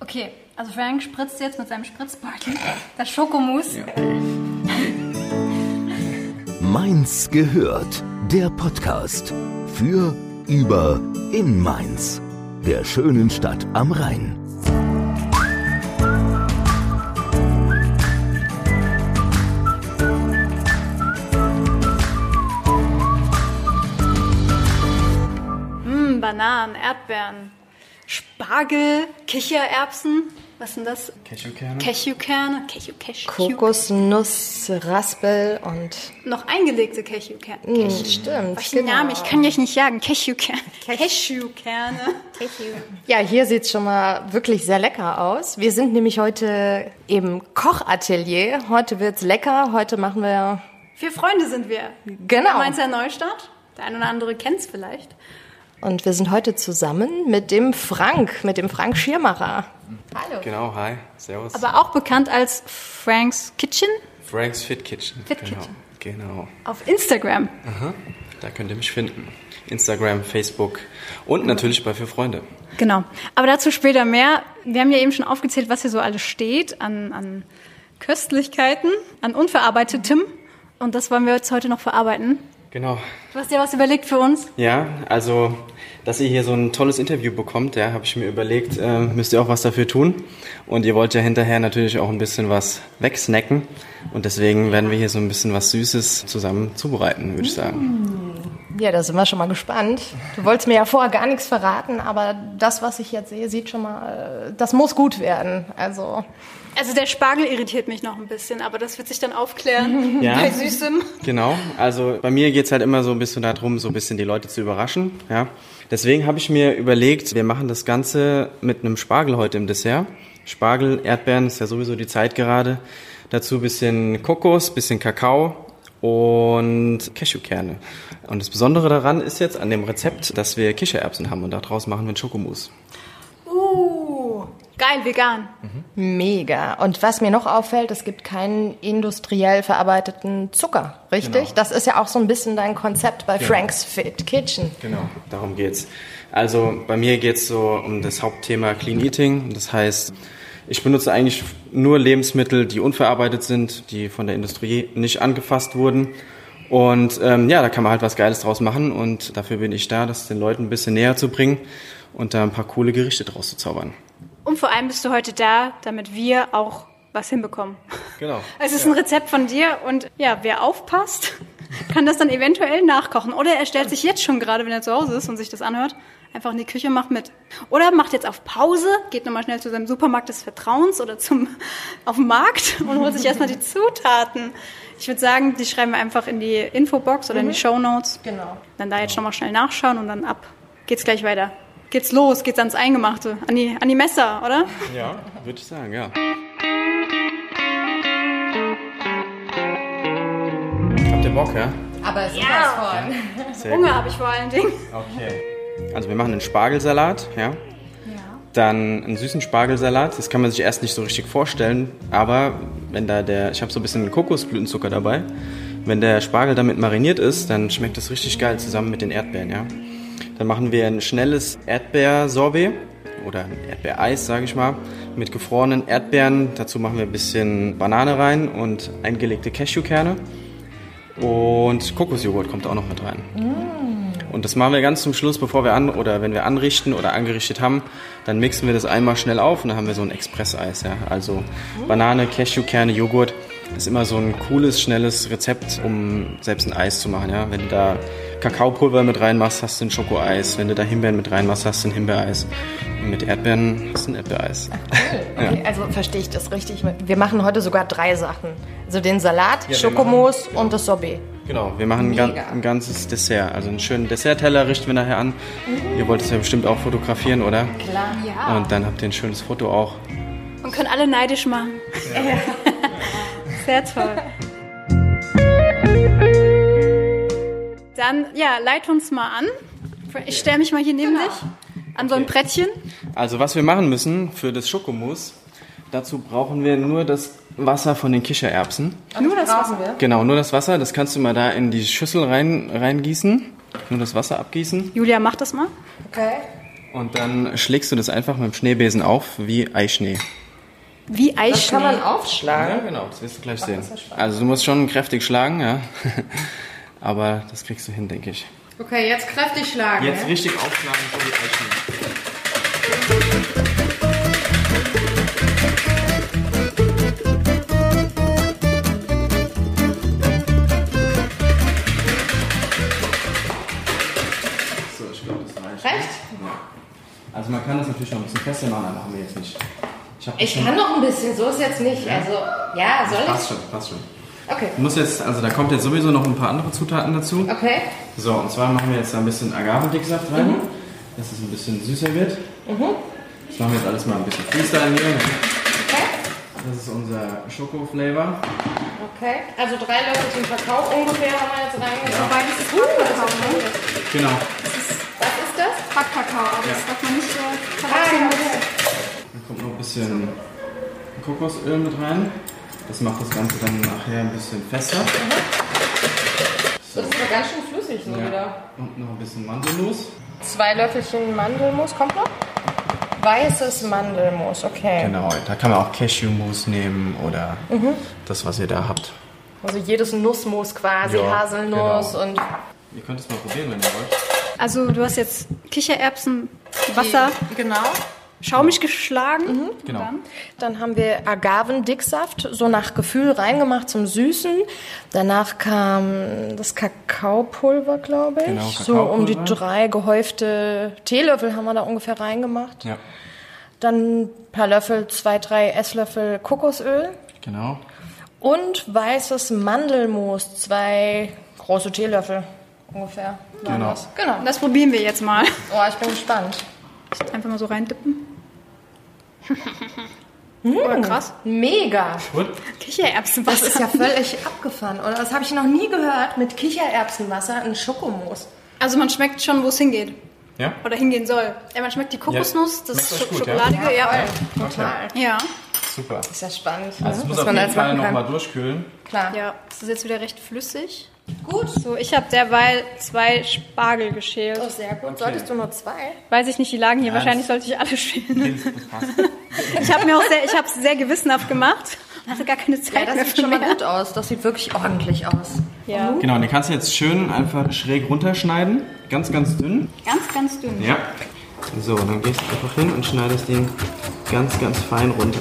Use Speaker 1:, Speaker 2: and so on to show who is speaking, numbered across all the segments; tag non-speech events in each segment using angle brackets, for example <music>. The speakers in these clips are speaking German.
Speaker 1: Okay, also Frank spritzt jetzt mit seinem Spritzbeutel das Schokomus.
Speaker 2: Mainz gehört, der Podcast für, über, in Mainz, der schönen Stadt am Rhein.
Speaker 1: Mm, Bananen, Erdbeeren, Spargel, Kichererbsen. Was sind das?
Speaker 3: Cashewkerne.
Speaker 1: Cashewkerne, Cashew, Cashew.
Speaker 4: Kokosnuss, Raspel und
Speaker 1: Noch eingelegte Cashewkerne.
Speaker 4: mh, stimmt. genau.
Speaker 1: Welchen
Speaker 5: genau.
Speaker 1: Namen? Ich kann dich nicht jagen. Cashewkerne. Cashewkerne.
Speaker 4: Ja, hier sieht's schon mal wirklich sehr lecker aus. Wir sind nämlich heute im Kochatelier. Heute wird's lecker. Heute machen wir
Speaker 1: Vier Freunde sind wir.
Speaker 4: Genau.
Speaker 1: In Mainzer Neustadt. Der ein oder andere kennt's vielleicht.
Speaker 4: und wir sind heute zusammen mit dem Frank, mit dem Frank Schirmacher.
Speaker 3: Genau, hi, servus.
Speaker 1: Aber auch bekannt als Frank's Kitchen
Speaker 3: Frank's Fit Kitchen.
Speaker 1: Fit
Speaker 3: genau.
Speaker 1: Kitchen.
Speaker 3: Genau,
Speaker 1: auf Instagram.
Speaker 3: aha. Da könnt ihr mich finden. Instagram, Facebook und natürlich bei Für Freunde.
Speaker 1: Genau. Aber dazu später mehr. Wir haben ja eben schon aufgezählt, was hier so alles steht an, an Köstlichkeiten, an Unverarbeitetem. Und das wollen wir jetzt heute noch verarbeiten.
Speaker 3: Genau.
Speaker 1: Du hast dir was überlegt für uns?
Speaker 3: Ja, also, dass ihr hier so ein tolles Interview bekommt, ja, habe ich mir überlegt, äh, müsst ihr auch was dafür tun. Und ihr wollt ja hinterher natürlich auch ein bisschen was wegsnacken. Und deswegen werden wir hier so ein bisschen was Süßes zusammen zubereiten, würde ich sagen.
Speaker 4: Ja, da sind wir schon mal gespannt. Du wolltest mir ja vorher gar nichts verraten, aber das, was ich jetzt sehe, sieht schon mal, äh, das muss gut werden. Also
Speaker 1: Also der Spargel irritiert mich noch ein bisschen, aber das wird sich dann aufklären.
Speaker 3: <laughs> Ja.
Speaker 1: Bei Süßem.
Speaker 3: Genau, also bei mir geht's halt immer so ein bisschen darum, so ein bisschen die Leute zu überraschen. Ja. Deswegen habe ich mir überlegt, wir machen das Ganze mit einem Spargel heute im Dessert. Spargel, Erdbeeren ist ja sowieso die Zeit gerade. Dazu bisschen Kokos, bisschen Kakao und Cashewkerne. Und das Besondere daran ist jetzt an dem Rezept, dass wir Kichererbsen haben und daraus machen wir einen Schokomousse.
Speaker 1: Uh, geil, vegan.
Speaker 4: Mega. Und was mir noch auffällt, es gibt keinen industriell verarbeiteten Zucker, richtig?
Speaker 3: Genau.
Speaker 4: Das ist ja auch so ein bisschen dein Konzept bei Frank's Fit Kitchen.
Speaker 3: Genau, darum geht's. Also bei mir geht's so um das Hauptthema Clean Eating. Das heißt, ich benutze eigentlich nur Lebensmittel, die unverarbeitet sind, die von der Industrie nicht angefasst wurden. Und ähm, ja, da kann man halt was Geiles draus machen und dafür bin ich da, das den Leuten ein bisschen näher zu bringen und da ein paar coole Gerichte draus zu zaubern.
Speaker 1: Und vor allem bist du heute da, damit wir auch was hinbekommen.
Speaker 3: Genau.
Speaker 1: Es ist ein Rezept von dir und ja, wer aufpasst, <laughs> kann das dann eventuell nachkochen. Oder er stellt sich jetzt schon gerade, wenn er zu Hause ist und sich das anhört, einfach in die Küche und macht mit. Oder macht jetzt auf Pause, geht nochmal schnell zu seinem Supermarkt des Vertrauens oder zum, <laughs> auf den Markt <laughs> und holt sich erstmal die Zutaten. Ich würde sagen, die schreiben wir einfach in die Infobox oder in die Shownotes.
Speaker 4: Genau.
Speaker 1: Dann da jetzt nochmal schnell nachschauen und dann ab. Geht's gleich weiter. Geht's los, geht's ans Eingemachte, an die, an die Messer, oder?
Speaker 3: Ja, würde ich sagen, ja. Habt ihr Bock, ja?
Speaker 4: Aber es ist
Speaker 3: Sehr
Speaker 1: Hunger habe ich vor allen Dingen.
Speaker 3: Also wir machen einen Spargelsalat, ja. Dann einen süßen Spargelsalat. Das kann man sich erst nicht so richtig vorstellen, aber wenn da der, ich habe so ein bisschen Kokosblütenzucker dabei. Wenn der Spargel damit mariniert ist, dann schmeckt das richtig geil zusammen mit den Erdbeeren, ja. Dann machen wir ein schnelles Erdbeersorbet oder ein Erdbeereis, sage ich mal, mit gefrorenen Erdbeeren. Dazu machen wir ein bisschen Banane rein und eingelegte Cashewkerne. Und Kokosjoghurt kommt auch noch mit rein. Und das machen wir ganz zum Schluss, bevor wir an oder wenn wir anrichten oder angerichtet haben, dann mixen wir das einmal schnell auf und dann haben wir so ein Expresseis. Ja? Also Banane, Cashewkerne, Joghurt ist immer so ein cooles, schnelles Rezept, um selbst ein Eis zu machen. Ja? Wenn du da Kakaopulver mit reinmachst, hast du ein Schokoeis. Wenn du da Himbeeren mit reinmachst, hast du ein Himbeereis. Und mit Erdbeeren hast du ein Erdbeereis.
Speaker 4: Okay, also verstehe ich das richtig. Wir machen heute sogar drei Sachen. Also den Salat, Schokomousse und das Sorbet.
Speaker 3: Genau, wir machen ein, gan-
Speaker 4: Mega.
Speaker 3: ein ganzes Dessert. Also einen schönen Dessertteller richten wir nachher an. Ihr wollt es ja bestimmt auch fotografieren, oder?
Speaker 4: Mhm. Klar.
Speaker 1: Ja.
Speaker 3: Und dann habt ihr ein schönes Foto auch.
Speaker 1: Und können alle neidisch machen. Sehr toll. Dann, ja, leit uns mal an. Ich stelle mich mal hier
Speaker 5: Genau.
Speaker 1: neben dich. An so ein Brettchen.
Speaker 3: Also was wir machen müssen für das Schokomousse, dazu brauchen wir nur das Wasser von den Kichererbsen.
Speaker 1: Nur das Wasser.
Speaker 3: Genau, nur das Wasser, das kannst du mal da in die Schüssel rein, reingießen. Nur das Wasser abgießen.
Speaker 1: Julia, mach das mal.
Speaker 4: Okay.
Speaker 3: Und dann schlägst du das einfach mit dem Schneebesen auf wie Eischnee.
Speaker 1: Wie
Speaker 5: Das kann man
Speaker 1: Eischnee.
Speaker 3: Ja,
Speaker 5: aufschlagen.
Speaker 3: genau, das wirst du gleich sehen.
Speaker 5: das ist ja spannend.
Speaker 3: Also du musst schon kräftig schlagen, ja. <laughs> Aber das kriegst du hin, denke ich.
Speaker 6: Okay, jetzt kräftig schlagen. ne?
Speaker 3: Jetzt
Speaker 6: ja?
Speaker 3: richtig aufschlagen, so wie Eischnee. So, ich glaube, das reicht. ne?
Speaker 6: Recht?
Speaker 3: Also man kann das natürlich noch ein bisschen fester machen, aber machen wir jetzt nicht. Ich, hab das
Speaker 6: Ich kann noch ein bisschen, so ist jetzt nicht. Also, ja, soll
Speaker 3: Passt
Speaker 6: ich?
Speaker 3: schon, passt schon.
Speaker 6: Okay.
Speaker 3: Muss jetzt, also da kommt jetzt sowieso noch ein paar andere Zutaten dazu.
Speaker 6: Okay.
Speaker 3: So, und zwar machen wir jetzt da ein bisschen Agavendicksaft rein, dass es ein bisschen süßer wird. Das machen wir jetzt alles mal ein bisschen Freestyle hier.
Speaker 6: Okay.
Speaker 3: Das ist unser Schoko-Flavor.
Speaker 6: Okay. Also drei Löffelchen Kakao ungefähr haben wir jetzt reingegangen.
Speaker 1: Wobei das ist Backkakao, ne?
Speaker 3: Genau.
Speaker 6: Was ist das?
Speaker 1: Backkakao, aber das darf man nicht äh, verwechseln mit
Speaker 3: Dann kommt noch ein bisschen Kokosöl mit rein. Das macht das Ganze dann nachher ein bisschen fester.
Speaker 6: Das ist aber ganz schön flüssig so wieder.
Speaker 3: Und noch ein bisschen Mandelmus.
Speaker 5: Zwei Löffelchen Mandelmus, kommt noch? Weißes Mandelmus, okay.
Speaker 3: Genau, da kann man auch Cashewmus nehmen oder
Speaker 5: Mhm.
Speaker 3: das, was ihr da habt.
Speaker 5: Also jedes Nussmus quasi,
Speaker 3: Ja,
Speaker 5: Haselnuss
Speaker 3: genau.
Speaker 5: und
Speaker 3: Ihr könnt es mal probieren, wenn ihr wollt.
Speaker 1: Also du hast jetzt Kichererbsen, Wasser,
Speaker 5: Genau. Mhm,
Speaker 1: schaumig geschlagen.
Speaker 3: Genau.
Speaker 5: Dann haben wir Agavendicksaft so nach Gefühl reingemacht zum Süßen. Danach kam das Kakaopulver, glaube ich.
Speaker 3: Genau,
Speaker 5: so um die
Speaker 3: Kakaopulver.
Speaker 5: drei gehäufte Teelöffel haben wir da ungefähr reingemacht.
Speaker 3: Ja,
Speaker 5: Dann ein paar Löffel, zwei, drei Esslöffel Kokosöl
Speaker 3: genau.
Speaker 5: und weißes Mandelmus, zwei große Teelöffel ungefähr. waren
Speaker 3: Genau.
Speaker 5: das. genau.
Speaker 1: Das probieren wir jetzt mal.
Speaker 5: Oh, ich bin gespannt.
Speaker 1: Einfach mal so
Speaker 5: <laughs>
Speaker 1: reindippen.
Speaker 5: Mhm.
Speaker 1: Oder krass.
Speaker 5: Mega.
Speaker 3: Gut.
Speaker 5: Das ist
Speaker 1: Kichererbsenwasser.
Speaker 5: ja völlig abgefahren, oder? Das habe ich noch nie gehört mit Kichererbsenwasser in Schokomus.
Speaker 1: Also man schmeckt schon, wo es hingeht.
Speaker 3: Ja?
Speaker 1: Oder hingehen soll. Ey, man schmeckt die Kokosnuss,
Speaker 3: Ja.
Speaker 1: das
Speaker 3: Schmeckt euch
Speaker 1: Sch
Speaker 3: gut, ja?
Speaker 1: Schokoladige. Ja, ja.
Speaker 5: Total.
Speaker 1: ja.
Speaker 3: Super.
Speaker 5: Ist ja spannend, ne?
Speaker 3: Also es muss
Speaker 5: dass
Speaker 3: auf
Speaker 5: man
Speaker 3: jeden
Speaker 5: das
Speaker 3: Fall
Speaker 5: machen
Speaker 3: nochmal
Speaker 5: kann.
Speaker 3: durchkühlen.
Speaker 5: Klar.
Speaker 1: das ist jetzt wieder recht flüssig. Gut. So, ich habe derweil zwei Spargel geschält.
Speaker 5: Oh, sehr gut. Solltest du nur zwei?
Speaker 1: Weiß ich nicht, die lagen hier.
Speaker 3: Ja,
Speaker 1: Wahrscheinlich sollte ich alle schälen. <laughs> Ich habe mir auch sehr, ich habe es sehr gewissenhaft gemacht. und Hatte gar keine Zeit mehr für mehr.
Speaker 5: aus. Das sieht wirklich ordentlich aus.
Speaker 1: Ja.
Speaker 3: Genau, den kannst du jetzt schön einfach schräg runterschneiden. Ganz, ganz dünn.
Speaker 1: Ganz, ganz dünn.
Speaker 3: Ja. So, dann gehst du einfach hin und schneidest den ganz, ganz fein runter.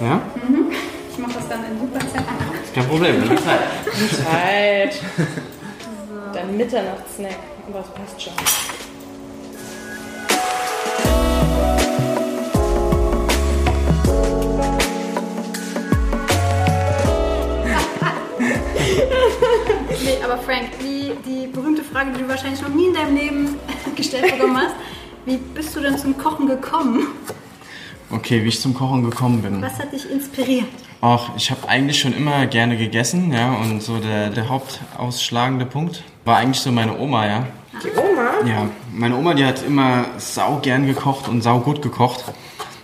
Speaker 3: Ja?
Speaker 5: Mhm.
Speaker 1: Ich mache das dann in super Zeit.
Speaker 3: Kein Problem. wenn du Zeit.
Speaker 5: <laughs> Halt. Dein Mitternachtssnack. Aber das passt schon.
Speaker 1: Nee, aber Frank, die, die berühmte Frage, die du wahrscheinlich noch nie in deinem Leben <laughs> gestellt bekommen hast. Wie bist du denn zum Kochen gekommen?
Speaker 3: Okay, wie ich zum Kochen gekommen bin.
Speaker 1: Was hat dich inspiriert?
Speaker 3: Auch ich habe eigentlich schon immer gerne gegessen, ja, und so der, der hauptausschlagende Punkt war eigentlich so meine Oma, ja. Die Oma? Ja, meine Oma, die hat immer sau gern gekocht und sau gut gekocht.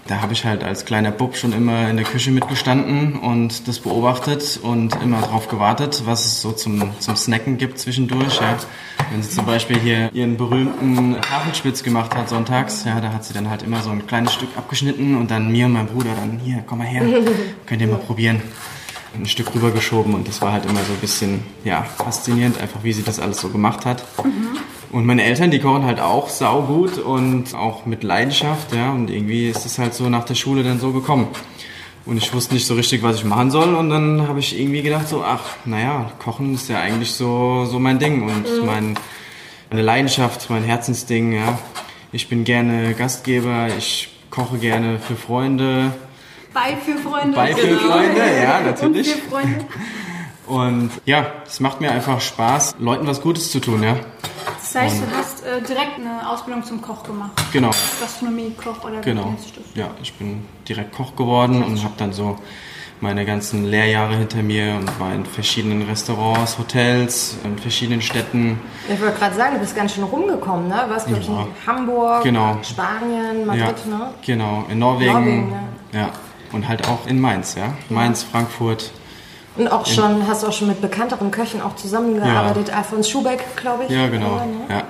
Speaker 3: Da habe ich halt als kleiner Bub schon immer in der Küche mitgestanden und das beobachtet und immer drauf gewartet, was es so zum, zum Snacken gibt zwischendurch. Ja. Wenn sie zum Beispiel hier ihren berühmten Hafenspitz gemacht hat sonntags, ja, da hat sie dann halt immer so ein kleines Stück abgeschnitten und dann mir und meinem Bruder dann, hier, komm mal her, könnt ihr mal probieren. Ein Stück rübergeschoben und das war halt immer so ein bisschen, ja, faszinierend, einfach wie sie das alles so gemacht hat. Und meine Eltern, die kochen halt auch saugut und auch mit Leidenschaft, ja. Und irgendwie ist es halt so nach der Schule dann so gekommen. Und ich wusste nicht so richtig, was ich machen soll. Und dann habe ich irgendwie gedacht so, ach, naja, Kochen ist ja eigentlich so, so mein Ding und mein, meine Leidenschaft, mein Herzensding, ja. Ich bin gerne Gastgeber, ich koche gerne für Freunde,
Speaker 1: Bei für Freunde.
Speaker 3: bei für Freunde, ja, natürlich.
Speaker 1: Für Freunde.
Speaker 3: Und ja, es macht mir einfach Spaß, Leuten was Gutes zu tun, ja.
Speaker 1: Das heißt, du hast äh, direkt eine Ausbildung zum Koch gemacht.
Speaker 3: Genau.
Speaker 1: Gastronomie-Koch oder wie
Speaker 3: Genau.
Speaker 1: nennst du das?
Speaker 3: Ja, ich bin direkt Koch geworden und habe dann so meine ganzen Lehrjahre hinter mir und war in verschiedenen Restaurants, Hotels, in verschiedenen Städten.
Speaker 5: Ich wollte gerade sagen, du bist ganz schön rumgekommen, ne? Du warst, glaube ich,
Speaker 3: Ja.
Speaker 5: in Hamburg,
Speaker 3: Genau.
Speaker 5: Spanien,
Speaker 3: Ja,
Speaker 5: Madrid, ne?
Speaker 3: genau, in Norwegen.
Speaker 5: Norwegen,
Speaker 3: ja. und halt auch in Mainz, ja. Mainz, Frankfurt.
Speaker 5: Und auch schon, hast auch schon mit bekannteren Köchen auch zusammengearbeitet. Alfons Schubeck, glaube ich.
Speaker 3: Ja, genau.
Speaker 5: ne?
Speaker 3: Ja.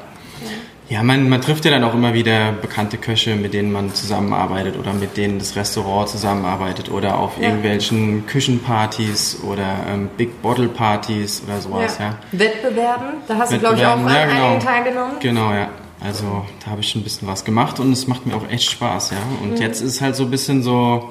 Speaker 3: Ja, man, man trifft ja dann auch immer wieder bekannte Köche, mit denen man zusammenarbeitet oder mit denen das Restaurant zusammenarbeitet oder auf irgendwelchen Küchenpartys oder ähm, Big Bottle Partys oder sowas, ja.
Speaker 5: Wettbewerben, da hast du, glaube ich, auch an
Speaker 3: Wettbewerben, ja,
Speaker 5: einigen teilgenommen.
Speaker 3: Genau, ja. Also da habe ich schon ein bisschen was gemacht und es macht mir auch echt Spaß, ja. Und
Speaker 5: Mhm.
Speaker 3: jetzt ist halt so ein bisschen so,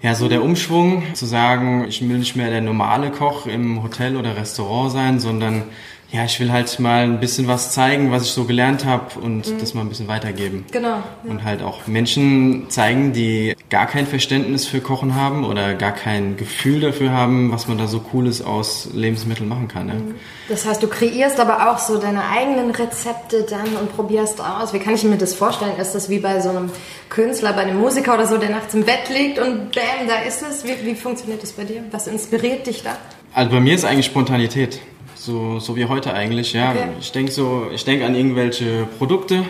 Speaker 3: ja, so der Umschwung, zu sagen, ich will nicht mehr der normale Koch im Hotel oder Restaurant sein, sondern ja, ich will halt mal ein bisschen was zeigen, was ich so gelernt habe und das mal ein bisschen weitergeben.
Speaker 5: Mhm. Genau.
Speaker 3: Und halt auch Menschen zeigen, die gar kein Verständnis für Kochen haben oder gar kein Gefühl dafür haben, was man da so Cooles aus Lebensmitteln machen kann. Ja.
Speaker 5: Mhm. Das heißt, du kreierst aber auch so deine eigenen Rezepte dann und probierst aus. Wie kann ich mir das vorstellen? Ist das wie bei so einem Künstler, bei einem Musiker oder so, der nachts im Bett liegt und bam, da ist es? Wie, wie funktioniert das bei dir? Was inspiriert dich da?
Speaker 3: Also bei mir ist eigentlich Spontanität. So, so wie heute eigentlich, ja.
Speaker 5: Okay.
Speaker 3: Ich denke so, ich denke an irgendwelche Produkte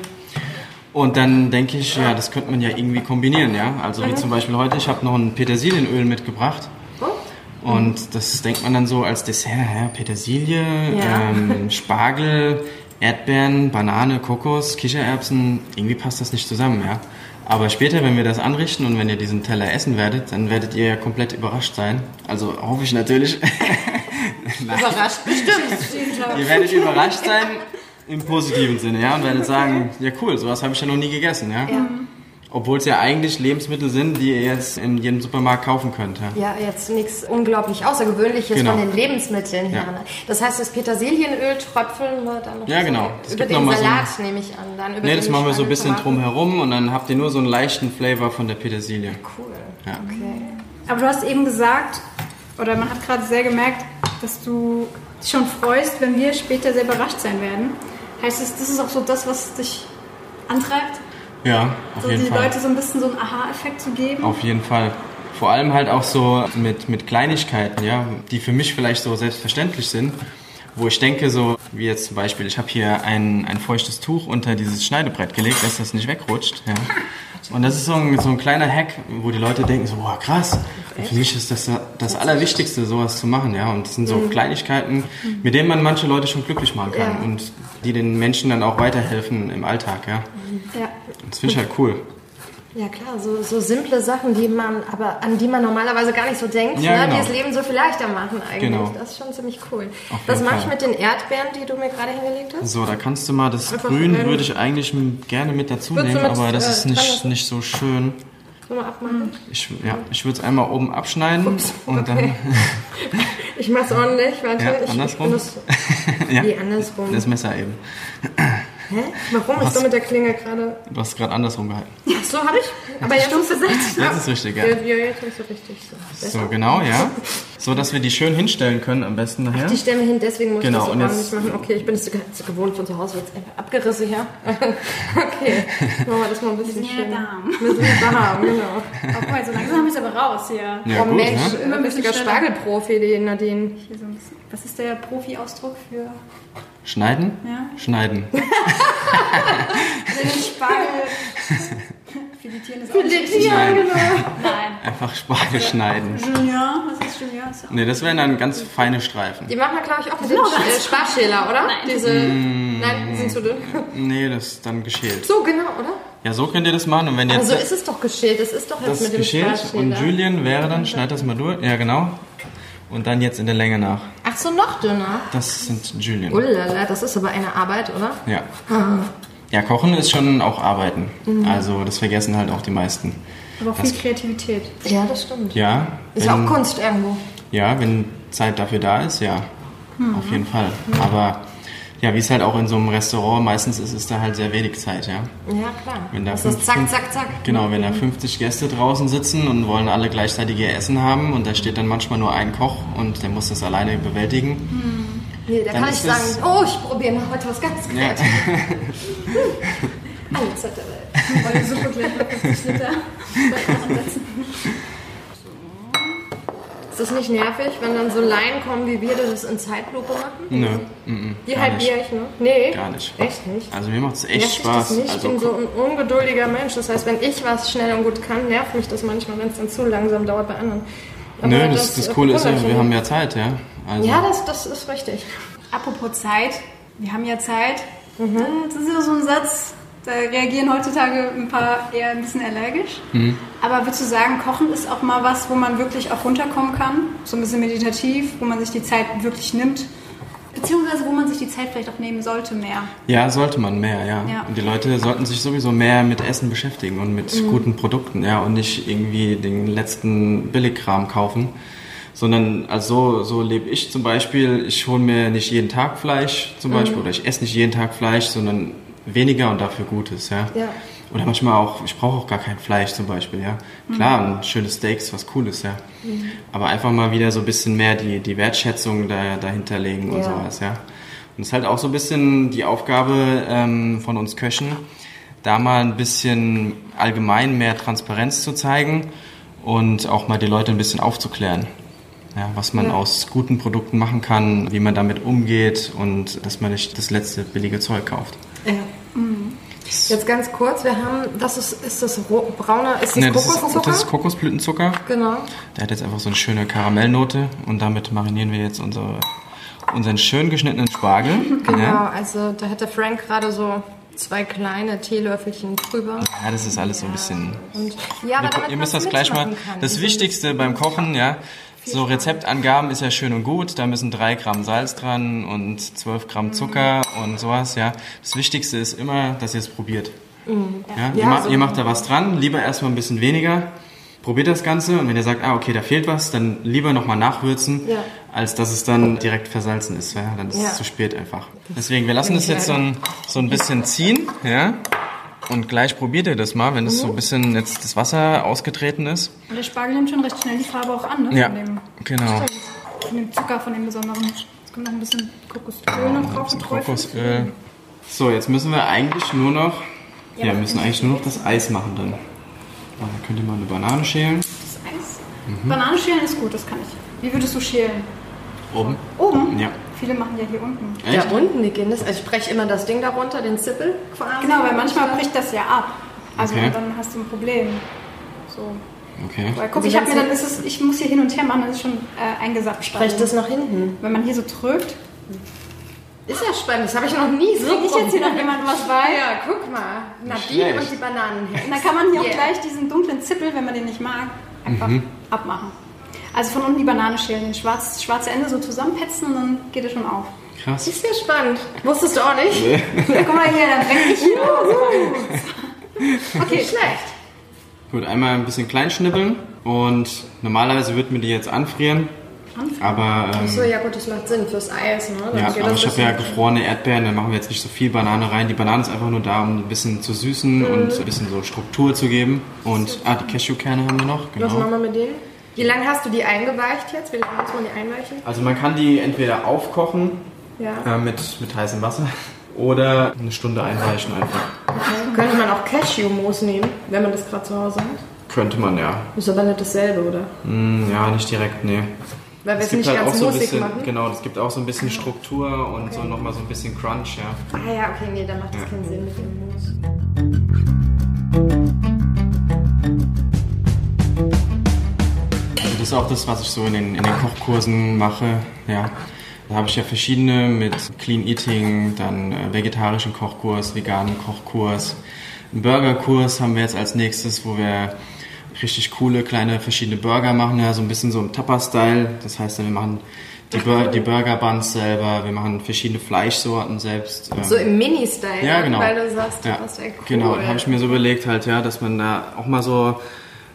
Speaker 3: und dann denke ich, ja, das könnte man ja irgendwie kombinieren, ja. Also
Speaker 5: Mhm.
Speaker 3: wie zum Beispiel heute, ich habe noch ein Petersilienöl mitgebracht.
Speaker 5: Oh.
Speaker 3: Und das denkt man dann so als Dessert, hä? Petersilie,
Speaker 5: Ja. <laughs>
Speaker 3: ähm, Spargel, Erdbeeren, Banane, Kokos, Kichererbsen, irgendwie passt das nicht zusammen, ja. Aber später, wenn wir das anrichten und wenn ihr diesen Teller essen werdet, dann werdet ihr ja komplett überrascht sein. Also hoffe ich natürlich.
Speaker 5: Überrascht.
Speaker 3: <laughs>
Speaker 5: Bestimmt.
Speaker 3: Ihr werdet überrascht sein im positiven Sinne, ja, und werdet sagen, ja cool, sowas habe ich ja noch nie gegessen, ja. Obwohl es ja eigentlich Lebensmittel sind, die ihr jetzt in jedem Supermarkt kaufen könnt, ja.
Speaker 5: Ja, jetzt nichts unglaublich Außergewöhnliches
Speaker 3: Genau.
Speaker 5: von den Lebensmitteln her.
Speaker 3: Ja.
Speaker 5: Ne? Das heißt, das Petersilienöl tröpfeln wir dann noch
Speaker 3: Ja,
Speaker 5: so
Speaker 3: genau. Das
Speaker 5: über
Speaker 3: gibt noch
Speaker 5: den
Speaker 3: mal so
Speaker 5: Salat, nehme ich an. Dann über
Speaker 3: Ne,
Speaker 5: den
Speaker 3: das machen wir so ein bisschen
Speaker 5: Spargel,
Speaker 3: drumherum und dann habt ihr nur so einen leichten Flavor von der Petersilie.
Speaker 5: Cool.
Speaker 3: Ja.
Speaker 5: Okay.
Speaker 1: Aber du hast eben gesagt, oder man hat gerade sehr gemerkt, dass du dich schon freust, wenn wir später sehr überrascht sein werden. Heißt es, das ist auch so das, was dich antreibt?
Speaker 3: Ja, auf
Speaker 1: So
Speaker 3: jeden
Speaker 1: die
Speaker 3: Fall.
Speaker 1: Leute so ein bisschen so einen Aha-Effekt zu geben?
Speaker 3: Auf jeden Fall. Vor allem halt auch so mit, mit Kleinigkeiten, ja, die für mich vielleicht so selbstverständlich sind, wo ich denke, so wie jetzt zum Beispiel, ich habe hier ein, ein feuchtes Tuch unter dieses Schneidebrett gelegt, dass das nicht wegrutscht. Ja. Und das ist so ein, so ein kleiner Hack, wo die Leute denken, so, boah, krass. Und für mich ist das das Allerwichtigste, sowas zu machen, ja. Und das sind so Kleinigkeiten, mit denen man manche Leute schon glücklich machen kann
Speaker 5: Ja.
Speaker 3: und die den Menschen dann auch weiterhelfen im Alltag, ja.
Speaker 1: Ja.
Speaker 3: Das finde ich halt cool.
Speaker 5: Ja klar, so, so simple Sachen, die man, aber an die man normalerweise gar nicht so denkt,
Speaker 3: Ja,
Speaker 5: ne?
Speaker 3: genau.
Speaker 5: die das Leben so viel leichter machen eigentlich.
Speaker 3: Genau.
Speaker 5: Das ist schon ziemlich cool.
Speaker 3: Auf jeden
Speaker 5: Was mache ich
Speaker 3: Fall.
Speaker 5: mit den Erdbeeren, die du mir gerade hingelegt hast?
Speaker 3: So, da kannst du mal das
Speaker 5: Einfach
Speaker 3: Grün
Speaker 5: rein.
Speaker 3: würde ich eigentlich m- gerne mit dazu
Speaker 5: Würdest du
Speaker 3: nehmen,
Speaker 5: mit,
Speaker 3: aber das
Speaker 5: äh,
Speaker 3: ist
Speaker 5: dran
Speaker 3: nicht,
Speaker 5: lassen?
Speaker 3: nicht so schön.
Speaker 5: Können wir abmachen?
Speaker 3: Ich, ja, ich würde es einmal oben abschneiden und dann
Speaker 5: Ich mache es ordentlich, warte.
Speaker 3: Ja,
Speaker 5: ich,
Speaker 3: andersrum?
Speaker 5: Ich benutze,
Speaker 3: <laughs> ja,
Speaker 5: wie andersrum?
Speaker 3: das Messer eben.
Speaker 5: Hä? Warum ist so mit der Klinge gerade...
Speaker 3: Du hast es gerade andersrum gehalten.
Speaker 5: Ach so, habe ich? Aber jetzt ist es richtig.
Speaker 3: Jetzt ist richtig, ja.
Speaker 5: Ja, ja, jetzt ist es richtig. So.
Speaker 3: So, genau, ja. So, dass wir die schön hinstellen können, am besten nachher.
Speaker 5: Die stellen wir hin, deswegen muss
Speaker 3: Genau,
Speaker 5: ich das so
Speaker 3: und
Speaker 5: ordentlich
Speaker 3: jetzt-
Speaker 5: machen. Okay, ich bin es so gewohnt von zu Hause, jetzt einfach Abgerisse her. <laughs> okay, machen wir das mal ein bisschen
Speaker 1: Ja,
Speaker 5: schön.
Speaker 1: da.
Speaker 5: Wir sind da, genau.
Speaker 1: Aber guck mal, so Also langsam habe ich es aber raus hier.
Speaker 3: Ja,
Speaker 5: oh
Speaker 3: gut,
Speaker 5: Mensch,
Speaker 3: ne?
Speaker 5: immer ein richtiger
Speaker 1: schneller.
Speaker 5: Spargelprofi, die Nadine.
Speaker 1: hier so ein bisschen. Was ist der Profi-Ausdruck für
Speaker 3: Schneiden?
Speaker 1: Ja.
Speaker 5: <laughs>
Speaker 3: Schneiden.
Speaker 1: den
Speaker 3: <laughs>
Speaker 1: Spargel? Filetieren ist auch nicht.
Speaker 5: Filetieren,
Speaker 1: Nein.
Speaker 3: Einfach Spargel schneiden.
Speaker 1: Junior, was ist Junior? Ist ja auch-
Speaker 3: Ne, das wären dann ganz feine Streifen.
Speaker 5: Die machen wir, glaube ich, auch mit dem Sch- äh, Sparschäler, oder? Nein. Diese,
Speaker 3: Mm.
Speaker 5: nein, die sind zu dünn.
Speaker 3: Nee, das ist dann geschält.
Speaker 5: So, genau, oder?
Speaker 3: Ja, so könnt ihr das machen und wenn ihr
Speaker 5: Aber
Speaker 3: jetzt
Speaker 5: so ist Also, es doch geschält. Das ist doch jetzt
Speaker 3: das
Speaker 5: mit dem
Speaker 3: geschält und
Speaker 5: Sparschäler.
Speaker 3: Julien wäre dann, schneid das mal durch. Ja, genau. Und dann jetzt in der Länge nach.
Speaker 5: Ach so, noch dünner.
Speaker 3: Das sind Julien.
Speaker 5: Ullala, das ist aber eine Arbeit, oder?
Speaker 3: Ja.
Speaker 5: Ah.
Speaker 3: Ja, Kochen ist schon auch Arbeiten.
Speaker 5: Mhm.
Speaker 3: Also das vergessen halt auch die meisten.
Speaker 1: Aber auch viel Kreativität.
Speaker 5: Ja, das stimmt.
Speaker 3: Ja.
Speaker 5: Ist ja auch Kunst irgendwo.
Speaker 3: Ja, wenn Zeit dafür da ist, ja.
Speaker 5: Mhm.
Speaker 3: Auf jeden Fall. Aber ja, wie es halt auch in so einem Restaurant meistens ist, ist da halt sehr wenig Zeit, ja.
Speaker 5: Ja, klar.
Speaker 3: Wenn da
Speaker 5: das ist zack,
Speaker 3: fünf-
Speaker 5: zack, zack.
Speaker 3: Genau, wenn da
Speaker 5: Mhm.
Speaker 3: 50 Gäste draußen sitzen und wollen alle gleichzeitig ihr Essen haben und da steht dann manchmal nur ein Koch und der muss das alleine bewältigen.
Speaker 5: Nee, da
Speaker 3: Dann
Speaker 5: kann ich
Speaker 3: ist es-
Speaker 5: sagen, oh, ich probiere mal heute was ganz
Speaker 3: Ja.
Speaker 5: Kreatives. Hm. Alle Zeit der Welt.
Speaker 1: Weil so gleich mal kurz die Schnitte ansetzen.
Speaker 5: Ist das nicht nervig, wenn dann so Laien kommen wie wir, die das in Zeitlupe machen?
Speaker 3: Nö. mhm,
Speaker 5: Die
Speaker 3: gar nicht.
Speaker 5: halbiere ich, ne? Nee.
Speaker 3: Gar nicht.
Speaker 5: Echt nicht?
Speaker 3: Also mir macht es echt
Speaker 5: Nervt mich das
Speaker 3: Spaß.
Speaker 5: nicht? ich
Speaker 3: Also
Speaker 5: bin so ein ungeduldiger Mensch. Das heißt, wenn ich was schnell und gut kann, nervt mich das manchmal, wenn es dann zu langsam dauert bei anderen. Aber
Speaker 3: Nö, das, das,
Speaker 5: äh,
Speaker 3: Coole ist ja,
Speaker 5: wundert mich
Speaker 3: wir haben ja Zeit, ja. Also,
Speaker 5: Ja, das, das ist richtig.
Speaker 1: Apropos Zeit. Wir haben ja Zeit. Das ist ja so ein Satz, da reagieren heutzutage ein paar eher ein bisschen allergisch. Aber würdest du sagen, Kochen ist auch mal was, wo man wirklich auch runterkommen kann? So ein bisschen meditativ, wo man sich die Zeit wirklich nimmt? Beziehungsweise wo man sich die Zeit vielleicht auch nehmen sollte mehr.
Speaker 3: Ja, sollte man mehr, ja.
Speaker 1: Ja.
Speaker 3: Und die Leute sollten sich sowieso mehr mit Essen beschäftigen und mit
Speaker 5: Mhm.
Speaker 3: guten Produkten, ja, und nicht irgendwie den letzten Billigkram kaufen. Sondern, also so, so lebe ich zum Beispiel, ich hole mir nicht jeden Tag Fleisch
Speaker 5: Mhm.
Speaker 3: zum Beispiel, oder ich esse nicht jeden Tag Fleisch, sondern weniger und dafür Gutes, ja.
Speaker 5: Ja.
Speaker 3: Oder manchmal auch, ich brauche auch gar kein Fleisch zum Beispiel, ja.
Speaker 5: Mhm.
Speaker 3: Klar, ein schönes Steak ist was Cooles, ja. Aber einfach mal wieder so ein bisschen mehr die, die Wertschätzung da, dahinter legen und
Speaker 5: Ja.
Speaker 3: sowas, ja. Und es ist halt auch so ein bisschen die Aufgabe ähm, von uns Köchen, da mal ein bisschen allgemein mehr Transparenz zu zeigen und auch mal die Leute ein bisschen aufzuklären. Ja, was man aus guten Produkten machen kann, wie man damit umgeht und dass man nicht das letzte billige Zeug kauft.
Speaker 5: Ja. Jetzt ganz kurz, wir haben, das ist, ist das ro- braune, ist das
Speaker 3: Ne, das, ist,
Speaker 5: Kokoszucker?
Speaker 3: das ist Kokosblütenzucker.
Speaker 5: genau.
Speaker 3: Der hat jetzt einfach so eine schöne Karamellnote und damit marinieren wir jetzt unsere, unseren schön geschnittenen Spargel.
Speaker 5: Genau,
Speaker 3: Ja.
Speaker 5: also da hat der Frank gerade so zwei kleine Teelöffelchen drüber.
Speaker 3: ja, das ist alles so ein bisschen.
Speaker 5: Und, ja, aber
Speaker 3: Ihr-
Speaker 5: damit
Speaker 3: ihr
Speaker 5: man's
Speaker 3: müsst das gleich mal.
Speaker 5: mitmachen kann.
Speaker 3: Das Wichtigste beim Kochen, ja. So Rezeptangaben ist ja schön und gut. Da müssen 3 Gramm Salz dran und 12
Speaker 5: Mhm.
Speaker 3: Gramm Zucker und sowas, ja. Das Wichtigste ist immer, dass ihr es probiert. Ja, ihr,
Speaker 5: Mhm. Ja,
Speaker 3: ma
Speaker 5: so-
Speaker 3: ihr macht da was dran, lieber erstmal ein bisschen weniger. Probiert das Ganze und wenn ihr sagt, ah, okay, da fehlt was, dann lieber nochmal nachwürzen,
Speaker 5: Ja.
Speaker 3: als dass es dann direkt versalzen ist. Ja? Dann ist
Speaker 5: Ja.
Speaker 3: es zu spät einfach. Deswegen, wir lassen das jetzt so ein, so ein bisschen ziehen. Ja? Und gleich probiert ihr das mal, wenn es so ein bisschen jetzt das Wasser ausgetreten ist.
Speaker 1: Und der Spargel nimmt schon recht schnell die Farbe auch an, ne?
Speaker 3: Ja,
Speaker 1: Von, dem,
Speaker 3: genau.
Speaker 1: von dem Zucker, von dem besonderen. Jetzt kommt noch ein bisschen Kokosöl noch drauf.
Speaker 3: Ein
Speaker 1: geträufelt.
Speaker 3: Kokosöl. So, jetzt müssen wir eigentlich nur noch, ja, wir müssen eigentlich nur noch das Eis machen dann. Ah, Da könnt ihr mal eine Banane schälen.
Speaker 1: Das Eis.
Speaker 3: Mhm.
Speaker 1: Banane schälen ist gut, das kann ich. Wie würdest du schälen?
Speaker 3: Oben.
Speaker 1: Oben?
Speaker 3: Ja.
Speaker 1: Viele machen ja hier unten.
Speaker 5: Da
Speaker 3: Echt?
Speaker 5: unten, die gehen das. Also ich breche immer das Ding darunter, den Zippel quasi.
Speaker 1: Genau, weil manchmal bricht das ja ab. Also
Speaker 3: Okay.
Speaker 1: dann hast du ein Problem. So.
Speaker 3: Okay.
Speaker 1: Weil, guck, ich hab mir dann ist es, ich muss hier hin und her machen, das ist schon äh, eingesackt.
Speaker 5: breche das nach hinten.
Speaker 1: Wenn man hier so drückt,
Speaker 5: Ist ja spannend, das habe ich noch nie so.
Speaker 1: kriege ich jetzt hier noch jemandem was bei.
Speaker 5: Ja, guck mal. Nadine
Speaker 3: schlecht.
Speaker 5: und die Bananen. <laughs>
Speaker 1: Und dann kann man hier
Speaker 5: Yeah.
Speaker 1: auch gleich diesen dunklen Zippel, wenn man den nicht mag, einfach abmachen. Also von unten die Banane schälen, den schwarz, das schwarze Ende so zusammenpetzen und dann geht er schon auf.
Speaker 3: Krass.
Speaker 5: Ist ja spannend. Wusstest du auch nicht?
Speaker 1: Ja, guck mal hier, dann denke ich
Speaker 5: <laughs>
Speaker 1: hier.
Speaker 5: Okay, schlecht.
Speaker 3: Gut, einmal ein bisschen klein schnippeln und normalerweise würden wir die jetzt anfrieren. Aber, ähm,
Speaker 5: So, ja gut, das macht Sinn fürs Eis, ne? Dann
Speaker 3: ja,
Speaker 5: geht
Speaker 3: aber
Speaker 5: das
Speaker 3: ich habe ja
Speaker 5: bisschen-
Speaker 3: gefrorene Erdbeeren, dann machen wir jetzt nicht so viel Banane rein. Die Banane ist einfach nur da, um ein bisschen zu süßen
Speaker 5: Mhm.
Speaker 3: und ein bisschen so Struktur zu geben. Und, ah, die Cashewkerne haben wir noch,
Speaker 5: Was machen
Speaker 3: genau.
Speaker 5: wir mit denen? Wie lange hast du die eingeweicht jetzt? Wie lange muss man die einweichen?
Speaker 3: Also man kann die entweder aufkochen
Speaker 5: Ja.
Speaker 3: äh, mit, mit heißem Wasser <laughs> oder eine Stunde einweichen einfach.
Speaker 5: Könnte man auch Cashewmoos nehmen, wenn man das gerade zu Hause hat?
Speaker 3: Könnte man, ja.
Speaker 5: Ist aber nicht dasselbe, oder?
Speaker 3: Hm, ja, nicht direkt, nee. halt
Speaker 5: Weil wir es nicht ganz
Speaker 3: so ein
Speaker 5: musig
Speaker 3: bisschen,
Speaker 5: machen. Mhm.
Speaker 3: genau, es gibt auch so ein bisschen Struktur und so nochmal so ein bisschen Crunch, ja.
Speaker 5: Ah ja, okay, nee, dann macht das keinen Sinn mit dem Moos.
Speaker 3: Also das ist auch das, was ich so in den, in den Kochkursen mache. Ja. Da habe ich ja verschiedene mit Clean Eating, dann äh, vegetarischen Kochkurs, veganen Kochkurs. Einen Burgerkurs haben wir jetzt als nächstes, wo wir richtig coole kleine verschiedene Burger machen, ja, so ein bisschen so im Tupper-Style. Das heißt, wir machen die, Bur die Burger-Buns selber, wir machen verschiedene Fleischsorten selbst. ähm,
Speaker 5: So im Mini-Style,
Speaker 3: ja, genau.
Speaker 5: weil du sagst,
Speaker 3: ja,
Speaker 5: das ist ja cool.
Speaker 3: Genau, da habe ich mir so überlegt halt, ja, dass man da auch mal so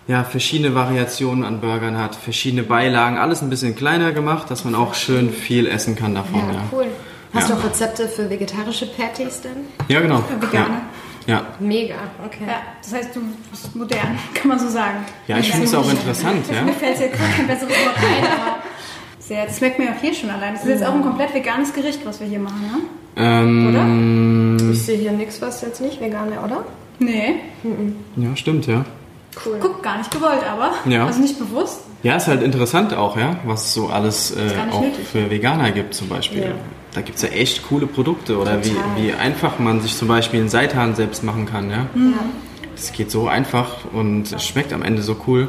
Speaker 3: ja, verschiedene Variationen an Burgern hat, verschiedene Beilagen, alles ein bisschen kleiner gemacht, dass man auch schön viel essen kann davon. Ja,
Speaker 5: ja, cool. Hast
Speaker 3: Ja.
Speaker 5: du auch Rezepte für vegetarische Patties denn?
Speaker 3: ja genau.
Speaker 1: Vegane.
Speaker 3: Ja. ja.
Speaker 5: Mega, okay.
Speaker 1: Ja, das heißt, du bist modern, <laughs> kann man so sagen.
Speaker 3: Ja, ich finde es auch interessant,
Speaker 5: <laughs>
Speaker 3: ja.
Speaker 1: Mir fällt jetzt gar <laughs> kein besseres Wort ein, aber sehr, das schmeckt mir auch hier schon allein. Das ist jetzt auch ein komplett veganes Gericht, was wir hier machen, ne?
Speaker 3: Ähm,
Speaker 5: Ich sehe hier nichts, was jetzt nicht vegan wäre, oder?
Speaker 1: Nee,
Speaker 3: ja, stimmt, ja.
Speaker 5: Cool.
Speaker 1: guck, gar nicht gewollt, aber.
Speaker 3: Ja.
Speaker 1: Also nicht bewusst.
Speaker 3: Ja, ist halt interessant auch, ja, was es so alles äh,
Speaker 1: gar nicht
Speaker 3: auch
Speaker 1: nötig.
Speaker 3: für Veganer gibt zum Beispiel.
Speaker 5: Ja.
Speaker 3: Da gibt es ja echt coole Produkte oder wie, wie einfach man sich zum Beispiel einen
Speaker 1: Mhm.
Speaker 3: Seitan selbst machen kann, ja. Es geht so einfach und es schmeckt am Ende so cool.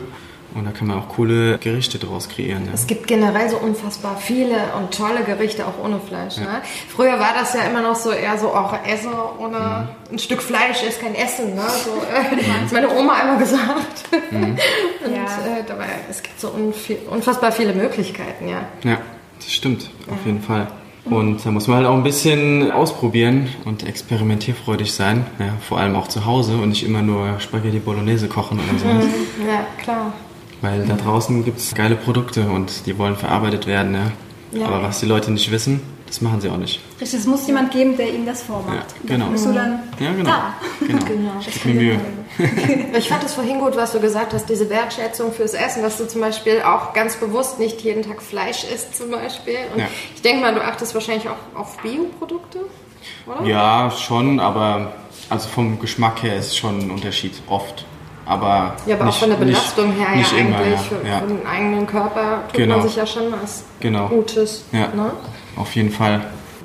Speaker 3: Und da kann man auch coole Gerichte draus kreieren. Ja.
Speaker 5: Es gibt generell so unfassbar viele und tolle Gerichte auch ohne Fleisch. Ne? Früher war das ja immer noch so eher so, auch Essen ohne ein Stück Fleisch ist kein Essen. Ne? So, äh, hat meine Oma immer gesagt. <laughs> Und äh, dabei, es gibt so unvi- unfassbar viele Möglichkeiten, ja.
Speaker 3: Ja, das stimmt, auf jeden Fall.
Speaker 1: Mhm.
Speaker 3: Und da muss man halt auch ein bisschen ausprobieren und experimentierfreudig sein. Ja, vor allem auch zu Hause und nicht immer nur Spaghetti Bolognese kochen oder sowas.
Speaker 5: Ja, klar.
Speaker 3: Weil da draußen gibt es geile Produkte und die wollen verarbeitet werden. Ja.
Speaker 5: Ja.
Speaker 3: Aber was die Leute nicht wissen, das machen sie auch nicht.
Speaker 1: Richtig, es muss jemand geben, der ihnen das
Speaker 3: Ja,
Speaker 1: vormacht.
Speaker 3: genau.
Speaker 1: Bist du dann
Speaker 3: Ja, genau.
Speaker 1: da?
Speaker 5: <laughs>
Speaker 3: Genau. Ich geb mir Mühe.
Speaker 5: Ich fand es vorhin gut, was du gesagt hast, diese Wertschätzung fürs Essen, dass du zum Beispiel auch ganz bewusst nicht jeden Tag Fleisch isst zum Beispiel. Und
Speaker 3: Ja.
Speaker 5: ich denke mal, du achtest wahrscheinlich auch auf Bioprodukte, oder?
Speaker 3: Ja, schon, aber also vom Geschmack her ist schon ein Unterschied, oft. Aber
Speaker 5: Ja, aber auch von der Belastung her
Speaker 3: nicht
Speaker 5: ja
Speaker 3: immer,
Speaker 5: eigentlich
Speaker 3: ja.
Speaker 5: für,
Speaker 3: Ja.
Speaker 5: für den eigenen Körper tut
Speaker 3: Genau.
Speaker 5: man sich ja schon was
Speaker 3: Genau.
Speaker 5: Gutes.
Speaker 3: Ja,
Speaker 5: Ne?
Speaker 3: auf jeden Fall.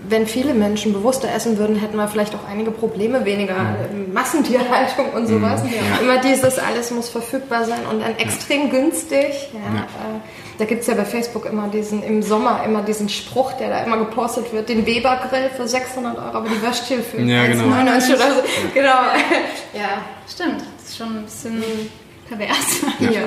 Speaker 5: Wenn viele Menschen bewusster essen würden, hätten wir vielleicht auch einige Probleme weniger. äh, Massentierhaltung und sowas.
Speaker 3: Mhm.
Speaker 5: Immer dieses, alles muss verfügbar sein und dann extrem günstig. Ja, Äh, da gibt es ja bei Facebook immer diesen, im Sommer immer diesen Spruch, der da immer gepostet wird, den Weber-Grill für 600 Euro, aber die Würstchen für
Speaker 3: Ja, genau.
Speaker 5: 1,99 oder so. Genau. <laughs> Ja.
Speaker 1: Stimmt, das ist schon ein bisschen pervers.
Speaker 5: ja,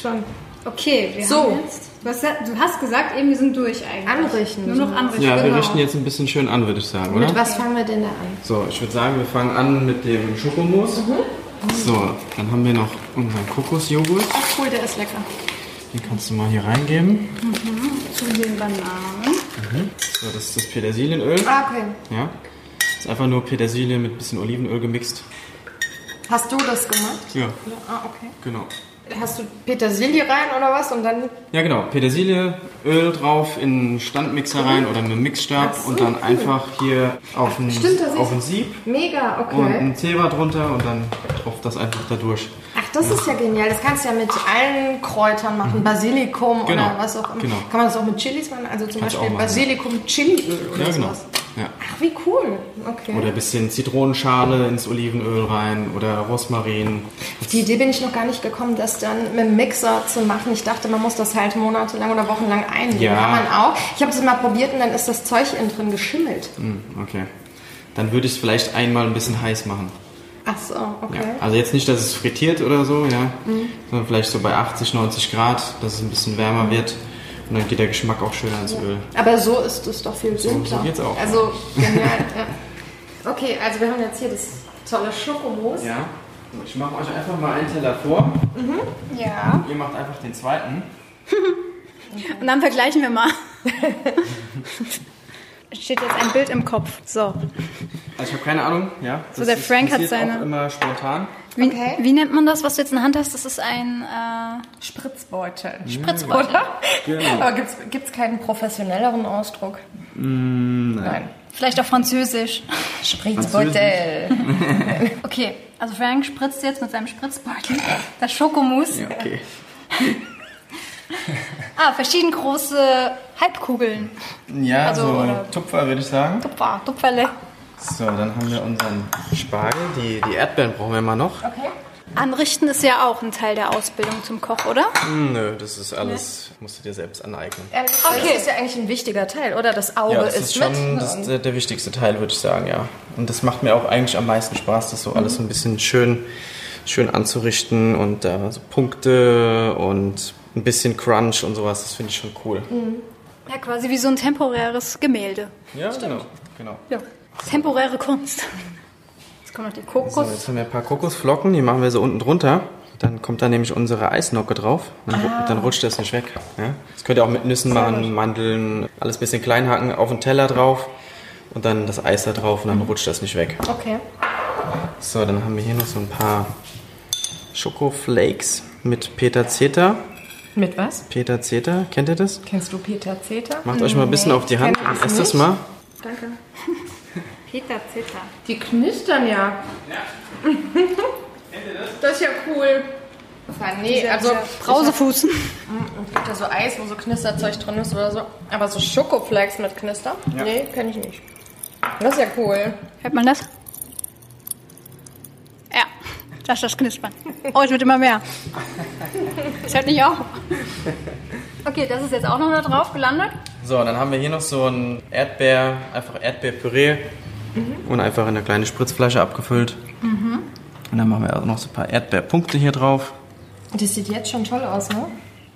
Speaker 5: schon.
Speaker 1: <laughs> Okay, wir
Speaker 5: So.
Speaker 1: haben jetzt. Du hast, ja- du hast gesagt, eben wir sind durch eigentlich.
Speaker 5: Anrichten.
Speaker 1: Nur noch anrichten.
Speaker 3: Ja, wir
Speaker 5: Genau.
Speaker 3: richten jetzt ein bisschen schön an, würde ich sagen, oder?
Speaker 5: Mit was fangen wir denn da an?
Speaker 3: So, ich würde sagen, wir fangen an mit dem Schokomus. So, dann haben wir noch unseren Kokosjoghurt.
Speaker 5: Mhm. Ach cool, der ist lecker.
Speaker 3: Den kannst du mal hier reingeben.
Speaker 1: Zu den Bananen.
Speaker 3: So, das ist das Petersilienöl.
Speaker 5: Ah, okay.
Speaker 3: Ja. Ist einfach nur Petersilie mit ein bisschen Olivenöl gemixt.
Speaker 5: Hast du das gemacht?
Speaker 3: Ja,
Speaker 5: Ah, okay.
Speaker 3: genau.
Speaker 5: Hast du Petersilie rein oder was? Und dann
Speaker 3: Ja, genau. Petersilie, Öl drauf in einen Standmixer rein oder mit einem Mixstab
Speaker 5: Mhm. Ach so,
Speaker 3: und dann
Speaker 5: cool.
Speaker 3: einfach hier auf ein,
Speaker 5: Stimmt, das ist-
Speaker 3: auf ein Sieb
Speaker 5: mega, okay.
Speaker 3: und ein Zebra drunter und dann tropft das einfach da durch.
Speaker 5: Ach, das ist ja genial. Das kannst du ja mit allen Kräutern machen. Basilikum
Speaker 3: Mhm. Genau,
Speaker 5: oder was auch immer.
Speaker 3: genau.
Speaker 5: Kann man das auch mit Chilis machen? Also zum
Speaker 3: Kannst du auch
Speaker 5: Beispiel
Speaker 3: machen,
Speaker 5: Basilikum Chiliöl oder
Speaker 3: Ja, genau.
Speaker 5: sowas.
Speaker 3: Ja.
Speaker 5: Ach, wie cool. Okay.
Speaker 3: Oder ein bisschen Zitronenschale ins Olivenöl rein oder Rosmarin.
Speaker 5: Auf die Idee bin ich noch gar nicht gekommen, das dann mit dem Mixer zu machen. Ich dachte, man muss das halt monatelang oder wochenlang einlegen.
Speaker 3: Ja.
Speaker 5: Kann man auch. Ich habe es mal probiert und dann ist das Zeug innen drin geschimmelt.
Speaker 3: Hm, okay. Dann würde ich es vielleicht einmal ein bisschen heiß machen.
Speaker 5: Ach so, okay.
Speaker 3: Ja. Also jetzt nicht, dass es frittiert oder so, ja.
Speaker 1: Mhm.
Speaker 3: Sondern vielleicht so bei 80, 90 Grad, dass es ein bisschen wärmer
Speaker 1: Mhm.
Speaker 3: wird. Und dann geht der Geschmack auch schön ans Öl.
Speaker 5: Aber so ist es doch viel simpler.
Speaker 3: geht's auch.
Speaker 5: Also, genial. ja. Okay, also wir haben jetzt hier das tolle Schokomousse.
Speaker 3: Ja. Ich mache euch einfach mal einen Teller vor.
Speaker 1: Mhm. Ja.
Speaker 3: Ihr macht einfach den zweiten.
Speaker 1: Und dann vergleichen wir mal. Es <laughs> Steht jetzt ein Bild im Kopf. So.
Speaker 3: Also ich habe keine Ahnung, ja. So,
Speaker 1: der Frank hat seine-
Speaker 3: Auch immer spontan.
Speaker 1: Wie,
Speaker 5: Okay.
Speaker 1: wie nennt man das, was du jetzt in der Hand hast? Das ist ein äh,
Speaker 4: Spritzbeutel.
Speaker 1: Spritzbeutel.
Speaker 4: Aber gibt es keinen professionelleren Ausdruck? nein.
Speaker 1: Vielleicht auch französisch.
Speaker 4: Spritzbeutel.
Speaker 1: Okay, also Frank spritzt jetzt mit seinem Spritzbeutel <laughs> das Schokomus.
Speaker 3: Ja, okay.
Speaker 1: Ah, verschieden große Halbkugeln.
Speaker 3: Ja,
Speaker 1: Also,
Speaker 3: so
Speaker 1: oder-
Speaker 3: Tupfer würde ich sagen.
Speaker 1: Tupfer, Tupferle.
Speaker 3: So, dann haben wir unseren Spargel. Die, die Erdbeeren brauchen wir mal noch.
Speaker 4: Okay.
Speaker 1: Anrichten ist ja auch ein Teil der Ausbildung zum Koch, oder?
Speaker 3: Nö, das ist
Speaker 4: Ne?
Speaker 3: alles, musst du dir selbst aneignen.
Speaker 4: Ehrlich,
Speaker 5: Also
Speaker 1: Okay.
Speaker 4: Das ist ja eigentlich ein wichtiger Teil, oder? Das Auge
Speaker 3: Ja, das
Speaker 4: ist,
Speaker 3: ist schon
Speaker 4: mit.
Speaker 3: das ist
Speaker 4: Und-
Speaker 3: der, der wichtigste Teil, würde ich sagen, ja. Und das macht mir auch eigentlich am meisten Spaß,
Speaker 4: Mhm.
Speaker 3: das so alles so ein bisschen schön, schön anzurichten und da so Punkte und ein bisschen Crunch und sowas, das finde ich schon cool.
Speaker 4: Mhm.
Speaker 1: Ja, quasi wie so ein temporäres Gemälde.
Speaker 3: Ja, genau. genau.
Speaker 1: Ja. Temporäre Kunst. Jetzt kommt noch die
Speaker 3: So,
Speaker 1: Kokos.
Speaker 3: jetzt haben wir ein paar Kokosflocken, die machen wir so unten drunter. Dann kommt da nämlich unsere Eisnocke drauf. Dann,
Speaker 4: Ah.
Speaker 3: ru- dann rutscht das nicht weg. Ja? Das könnt ihr auch mit Nüssen machen, Mandeln, alles ein bisschen klein hacken, auf den Teller drauf und dann das Eis da drauf und dann rutscht das nicht weg.
Speaker 5: Okay.
Speaker 3: So, dann haben wir hier noch so ein paar Schokoflakes mit Peter Zeta.
Speaker 4: Mit was?
Speaker 3: Peter Zeta, kennt ihr das?
Speaker 4: Kennst du Peter Zeter?
Speaker 3: Macht euch mal ein bisschen auf die Hand und esst das mal.
Speaker 5: Danke.
Speaker 1: Peter Zitter.
Speaker 5: Die knistern ja. Ja. das ist ja cool. nee, also
Speaker 1: Brausefuß.
Speaker 5: es gibt ja so Eis, wo so Knisterzeug drin ist oder so. Aber so Schokoflakes mit Knister? Nee, kenne ich nicht. Das ist ja cool.
Speaker 1: Hört man das? Ja. Lass das knispern. Oh, es wird immer mehr. Es hört nicht auf. Okay, das ist jetzt auch noch da drauf gelandet.
Speaker 3: So, dann haben wir hier noch so ein Erdbeer, einfach Erdbeerpüree
Speaker 1: Mhm.
Speaker 3: und einfach in eine kleine Spritzflasche abgefüllt. Und dann machen wir auch noch so ein paar Erdbeerpunkte hier drauf.
Speaker 5: Das sieht jetzt schon toll aus, ne?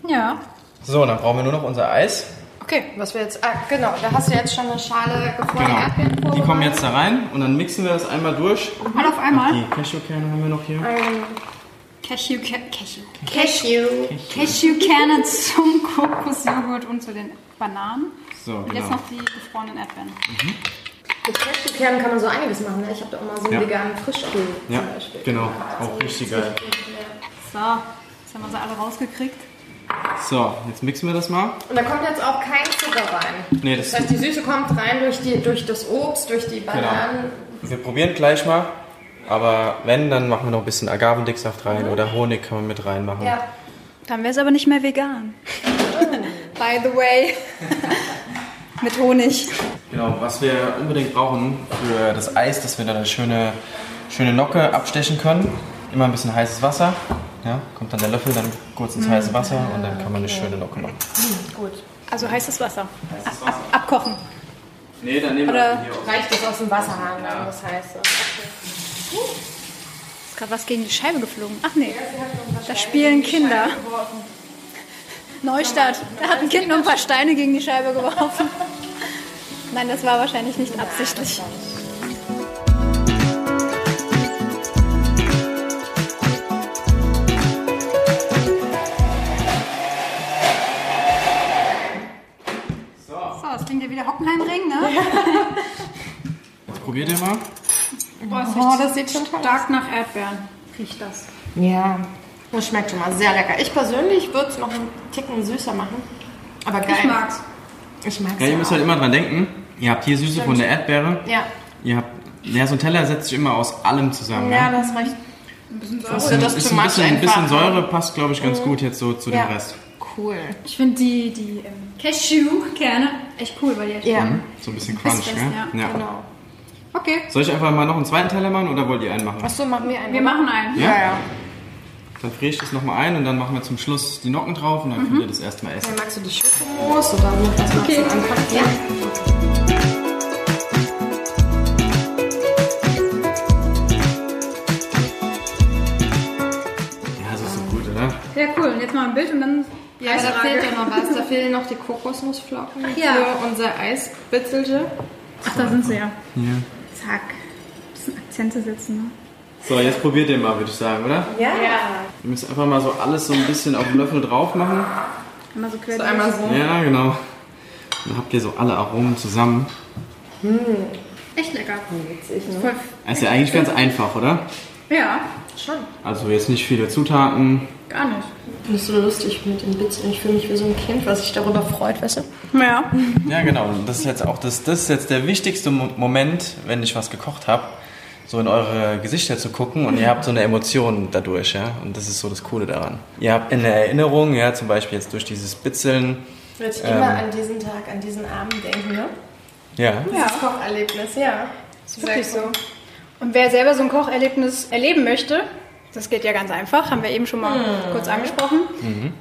Speaker 1: Ja.
Speaker 3: So, dann brauchen wir nur noch unser Eis.
Speaker 5: Okay, was wir jetzt. Ah, genau, da hast du jetzt schon eine Schale gefrorene Erdbeeren
Speaker 3: Genau. Die
Speaker 5: vorbereitet.
Speaker 3: kommen jetzt da rein und dann mixen wir das einmal durch.
Speaker 1: Alle auf einmal. Äh,
Speaker 3: Die Cashewkerne haben wir noch hier.
Speaker 1: Cashew, Ca- Cashew.
Speaker 5: Cashew.
Speaker 1: Cashewkerne zum Kokosjoghurt und zu den Bananen.
Speaker 3: So,
Speaker 1: Und jetzt
Speaker 3: genau.
Speaker 1: noch die gefrorenen Erdbeeren.
Speaker 5: Mit Cashewkernen kann man so einiges machen, ne? Ich habe da immer so einen
Speaker 3: Ja.
Speaker 5: veganen Frischkuchen
Speaker 3: Ja,
Speaker 5: zum Beispiel.
Speaker 3: genau. Auch richtig geil.
Speaker 1: So, jetzt haben wir sie alle rausgekriegt.
Speaker 3: So, jetzt mixen wir das mal.
Speaker 5: Und da kommt jetzt auch kein Zucker rein.
Speaker 3: Nee, das-
Speaker 5: das heißt, die Süße kommt rein durch, die, durch das Obst, durch die
Speaker 3: Genau.
Speaker 5: Bananen.
Speaker 3: Wir probieren gleich mal. Aber wenn, dann machen wir noch ein bisschen Agavendicksaft rein
Speaker 1: Mhm.
Speaker 3: oder Honig kann man mit reinmachen.
Speaker 5: Ja.
Speaker 1: Dann wäre es aber nicht mehr vegan. <laughs> By the way. <laughs> Mit Honig.
Speaker 3: Genau, was wir unbedingt brauchen für das Eis, dass wir da eine schöne, schöne Nocke abstechen können. Immer ein bisschen heißes Wasser. Ja, kommt dann der Löffel dann kurz ins heiße Wasser und dann kann man eine schöne Nocke machen.
Speaker 1: Also heißes Wasser. Ab- Abkochen.
Speaker 3: Nee, dann nehmen
Speaker 1: Oder-
Speaker 3: hier auch.
Speaker 5: Reicht das aus dem Wasserhahn, dann, das heißt.
Speaker 1: Ist gerade was gegen die Scheibe geflogen. Ach nee. Da spielen Kinder. Neustadt. Da hat ein Kind noch ein paar Steine gegen die Scheibe geworfen. Nein, das war wahrscheinlich nicht absichtlich. So, das klingt ja wieder Hockenheimring, ne?
Speaker 3: Jetzt probiert ihr mal.
Speaker 1: Oh, das sieht schon stark nach Erdbeeren. Riecht das.
Speaker 5: Ja, das schmeckt schon mal sehr lecker. Ich persönlich würde es noch einen Ticken süßer machen. Aber geil.
Speaker 1: Ich mag's.
Speaker 5: Ich mag's.
Speaker 3: Ja, ihr müsst halt immer dran denken, ihr habt hier Süße von der Erdbeere.
Speaker 5: ja.
Speaker 3: Ihr habt, ja, so ein Teller setzt sich immer aus allem zusammen. Ja,
Speaker 5: ja, das ist recht.
Speaker 3: das
Speaker 5: Oder das
Speaker 3: ist
Speaker 5: Tomaten
Speaker 3: ein bisschen, ein bisschen
Speaker 5: einfach. ne?
Speaker 3: Säure passt, glaube ich, ganz gut jetzt so zu
Speaker 5: Ja.
Speaker 3: dem Rest.
Speaker 5: Cool.
Speaker 1: Ich finde die, die ähm, Cashew-Kerne echt cool, weil die echt
Speaker 5: Ja,
Speaker 3: So ein bisschen Crunch,
Speaker 1: fest,
Speaker 3: gell?
Speaker 1: ja,
Speaker 5: genau.
Speaker 1: Okay,
Speaker 3: Soll ich einfach mal noch einen zweiten Teller machen oder wollt ihr einen machen?
Speaker 5: Achso, machen wir einen.
Speaker 1: wir machen einen.
Speaker 5: Ja, ja.
Speaker 3: Dann friere ich das nochmal ein und dann machen wir zum Schluss die Nocken drauf und dann
Speaker 5: Mhm.
Speaker 3: könnt ihr das erstmal essen.
Speaker 5: Dann magst du die Schokomousse oder noch was okay. magst du anfangen? Ja.
Speaker 3: Ja, das ist so gut, oder?
Speaker 1: Sehr cool. Und jetzt mal ein Bild und dann die
Speaker 5: Ja, da
Speaker 1: Eisfrage.
Speaker 5: Also fehlt ja noch was. Da fehlen noch die Kokosnussflocken
Speaker 1: Ja.
Speaker 5: für unser Eisbitzelte.
Speaker 1: Ach, da sind sie ja.
Speaker 3: Ja.
Speaker 1: Zack. Bisschen Akzente setzen, ne?
Speaker 3: So, jetzt probiert ihr mal, würde ich sagen, oder?
Speaker 5: Ja.
Speaker 3: Ihr müsst einfach mal so alles so ein bisschen auf den Löffel drauf machen.
Speaker 1: Immer so quer.
Speaker 5: So einmal so.
Speaker 3: Ja, genau. Dann habt ihr so alle Aromen zusammen.
Speaker 1: Echt lecker.
Speaker 5: Hm. Witzig, ne?
Speaker 1: Voll.
Speaker 3: Ist ja eigentlich ganz einfach, oder?
Speaker 1: Ja,
Speaker 5: Schon.
Speaker 3: Also jetzt nicht viele Zutaten.
Speaker 1: gar nicht.
Speaker 5: Das ist so lustig mit den Bitzeln. Ich fühle mich wie so ein Kind, was sich darüber freut, weißt du?
Speaker 1: Ja.
Speaker 3: Ja, genau. Und Das ist jetzt auch das, das ist jetzt der wichtigste Mo- Moment, wenn ich was gekocht habe, so in eure Gesichter zu gucken und ihr habt so eine Emotion dadurch, ja. Und das ist so das Coole daran. Ihr habt eine Erinnerung, ja, zum Beispiel jetzt durch dieses Bitzeln.
Speaker 5: Wird immer
Speaker 3: Ähm.
Speaker 5: an diesen Tag, an diesen Abend denken, ne?
Speaker 3: Ja.
Speaker 1: Ja.
Speaker 5: Das Kocherlebnis, ja. Das ist
Speaker 1: Wirklich so. Und wer selber so ein Kocherlebnis erleben möchte, das geht ja ganz einfach, haben wir eben schon mal kurz angesprochen.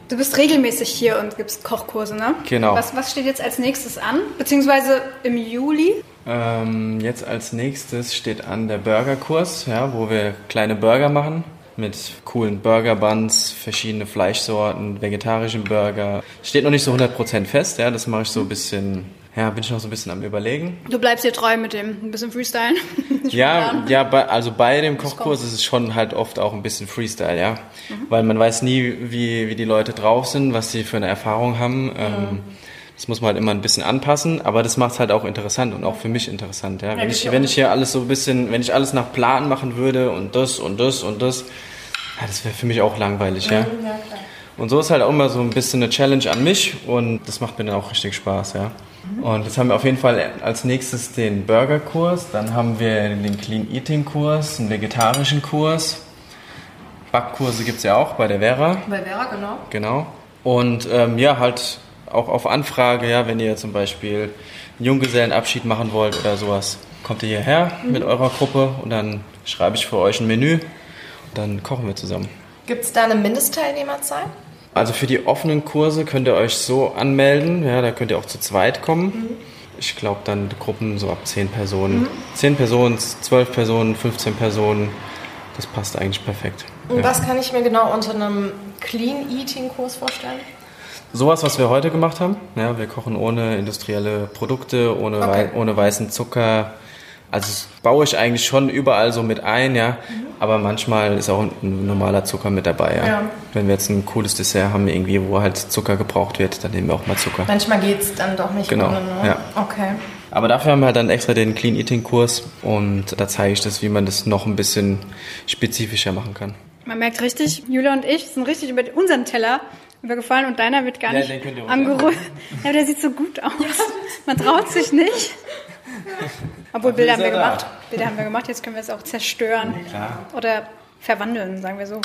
Speaker 1: Du bist regelmäßig hier und gibst Kochkurse, ne?
Speaker 3: Genau.
Speaker 1: Was, was steht jetzt als nächstes an? Beziehungsweise im Juli?
Speaker 3: Ähm, jetzt als nächstes steht an der Burgerkurs, ja, wo wir kleine Burger machen mit coolen Burger-Buns, verschiedene Fleischsorten, vegetarischen Burger. Steht noch nicht so 100% fest, ja, das mache ich so ein bisschen, ja, bin ich noch so ein bisschen am überlegen.
Speaker 1: Du bleibst dir treu mit dem, ein bisschen Freestyle.
Speaker 3: Ja, ja, bei, also bei dem Kochkurs ist es schon halt oft auch ein bisschen Freestyle, ja. Weil man weiß nie, wie, wie die Leute drauf sind, was sie für eine Erfahrung haben. Ähm, Das muss man halt immer ein bisschen anpassen, aber das macht es halt auch interessant und auch für mich interessant, ja. Wenn ich, wenn ich hier alles so ein bisschen, wenn ich alles nach Plan machen würde und das und das und das, ja, das wäre für mich auch langweilig, ja. Und so ist halt auch immer so ein bisschen eine Challenge an mich und das macht mir dann auch richtig Spaß, ja. Und jetzt haben wir auf jeden Fall als nächstes den Burgerkurs, dann haben wir den Clean Eating Kurs, einen vegetarischen Kurs. Backkurse gibt es ja auch bei der Vera,
Speaker 5: Bei Vera, genau.
Speaker 3: genau. Und ähm, ja, halt auch auf Anfrage, ja, wenn ihr zum Beispiel einen Junggesellenabschied machen wollt oder sowas, kommt ihr hierher mit eurer Gruppe und dann schreibe ich für euch ein Menü dann kochen wir zusammen.
Speaker 5: Gibt es da eine Mindestteilnehmerzahl?
Speaker 3: Also für die offenen Kurse könnt ihr euch so anmelden, ja, da könnt ihr auch zu zweit kommen. Ich glaube dann Gruppen so ab 10 Personen. 10 Personen, 12 Personen, 15 Personen. Das passt eigentlich perfekt.
Speaker 5: Und
Speaker 3: Ja.
Speaker 5: was kann ich mir genau unter einem Clean Eating Kurs vorstellen?
Speaker 3: Sowas, was wir heute gemacht haben. Ja, wir kochen ohne industrielle Produkte, ohne,
Speaker 5: Okay.
Speaker 3: wei ohne weißen Zucker. Also das baue ich eigentlich schon überall so mit ein, ja. Aber manchmal ist auch ein normaler Zucker mit dabei, ja.
Speaker 5: Ja.
Speaker 3: Wenn wir jetzt ein cooles Dessert haben, irgendwie, wo halt Zucker gebraucht wird, dann nehmen wir auch mal Zucker.
Speaker 5: Manchmal geht es dann doch nicht
Speaker 3: Genau,
Speaker 5: ohne, ne?
Speaker 3: ja.
Speaker 5: Okay.
Speaker 3: Aber dafür haben wir halt dann extra den Clean Eating Kurs und da zeige ich das, wie man das noch ein bisschen spezifischer machen kann.
Speaker 1: Man merkt richtig, Julia und ich sind richtig über unseren Teller übergefallen und deiner wird gar
Speaker 3: Ja, den
Speaker 1: nicht
Speaker 3: könnt ihr runter-
Speaker 1: angerührt. <laughs> Ja, aber der sieht so gut aus. Man traut sich nicht. Obwohl Bilder haben
Speaker 3: ist
Speaker 1: wir
Speaker 3: er da.
Speaker 1: gemacht. Bilder haben wir gemacht, jetzt können wir es auch zerstören. Oder verwandeln, sagen wir so.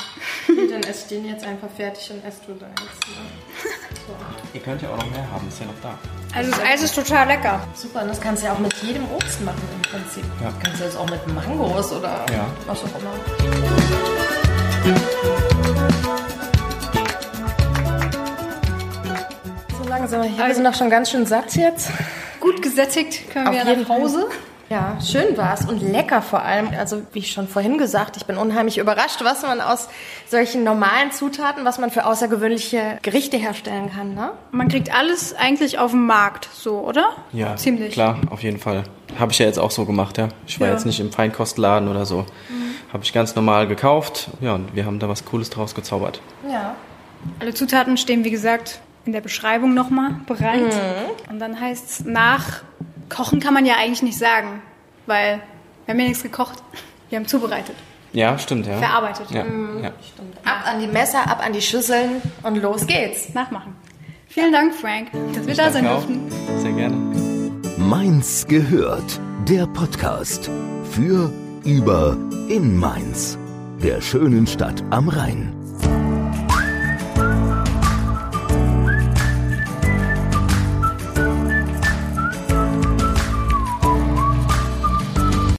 Speaker 7: Dann esse ich den jetzt einfach fertig und esse du deins. Ne?
Speaker 3: Ihr könnt ja auch noch mehr haben, ist ja noch da.
Speaker 1: Also das Eis ist total lecker.
Speaker 5: Super, und das kannst du ja auch mit jedem Obst machen im Prinzip.
Speaker 3: Ja.
Speaker 5: Kannst du das auch mit Mangos oder
Speaker 3: Ja.
Speaker 5: was auch immer. So langsam, ich
Speaker 1: Also-
Speaker 5: habe also noch schon ganz schön satt jetzt.
Speaker 1: Gut gesättigt können
Speaker 5: Auf
Speaker 1: wir nach
Speaker 5: jeden Fall.
Speaker 1: Hause.
Speaker 5: Ja, schön war's und lecker vor allem. Also wie schon vorhin gesagt, ich bin unheimlich überrascht, was man aus solchen normalen Zutaten, was man für außergewöhnliche Gerichte herstellen kann. Ne?
Speaker 1: Man kriegt alles eigentlich auf dem Markt, so, oder?
Speaker 3: Ja,
Speaker 1: Ziemlich.
Speaker 3: Klar, auf jeden Fall. Habe ich ja jetzt auch so gemacht, ja. Ich war
Speaker 1: Ja. Mhm.
Speaker 3: jetzt nicht im Feinkostladen oder so. Habe ich ganz normal gekauft. Ja, und wir haben da was Cooles draus gezaubert.
Speaker 5: Ja.
Speaker 1: Alle Zutaten stehen, wie gesagt, in der Beschreibung nochmal bereit.
Speaker 3: Mhm.
Speaker 1: Und dann heißt es, nach Kochen kann man ja eigentlich nicht sagen, weil wir haben ja nichts gekocht. Wir haben zubereitet,
Speaker 3: Ja, stimmt, ja.
Speaker 1: verarbeitet, Mhm.
Speaker 3: Ja, ja.
Speaker 5: Ab an die Messer, ab an die Schüsseln und los geht's.
Speaker 1: nachmachen. Vielen Dank, Frank, dass wir da sein
Speaker 3: Danke auch.
Speaker 1: durften.
Speaker 3: Sehr gerne.
Speaker 2: Mainz gehört, der Podcast für, über, in Mainz, der schönen Stadt am Rhein.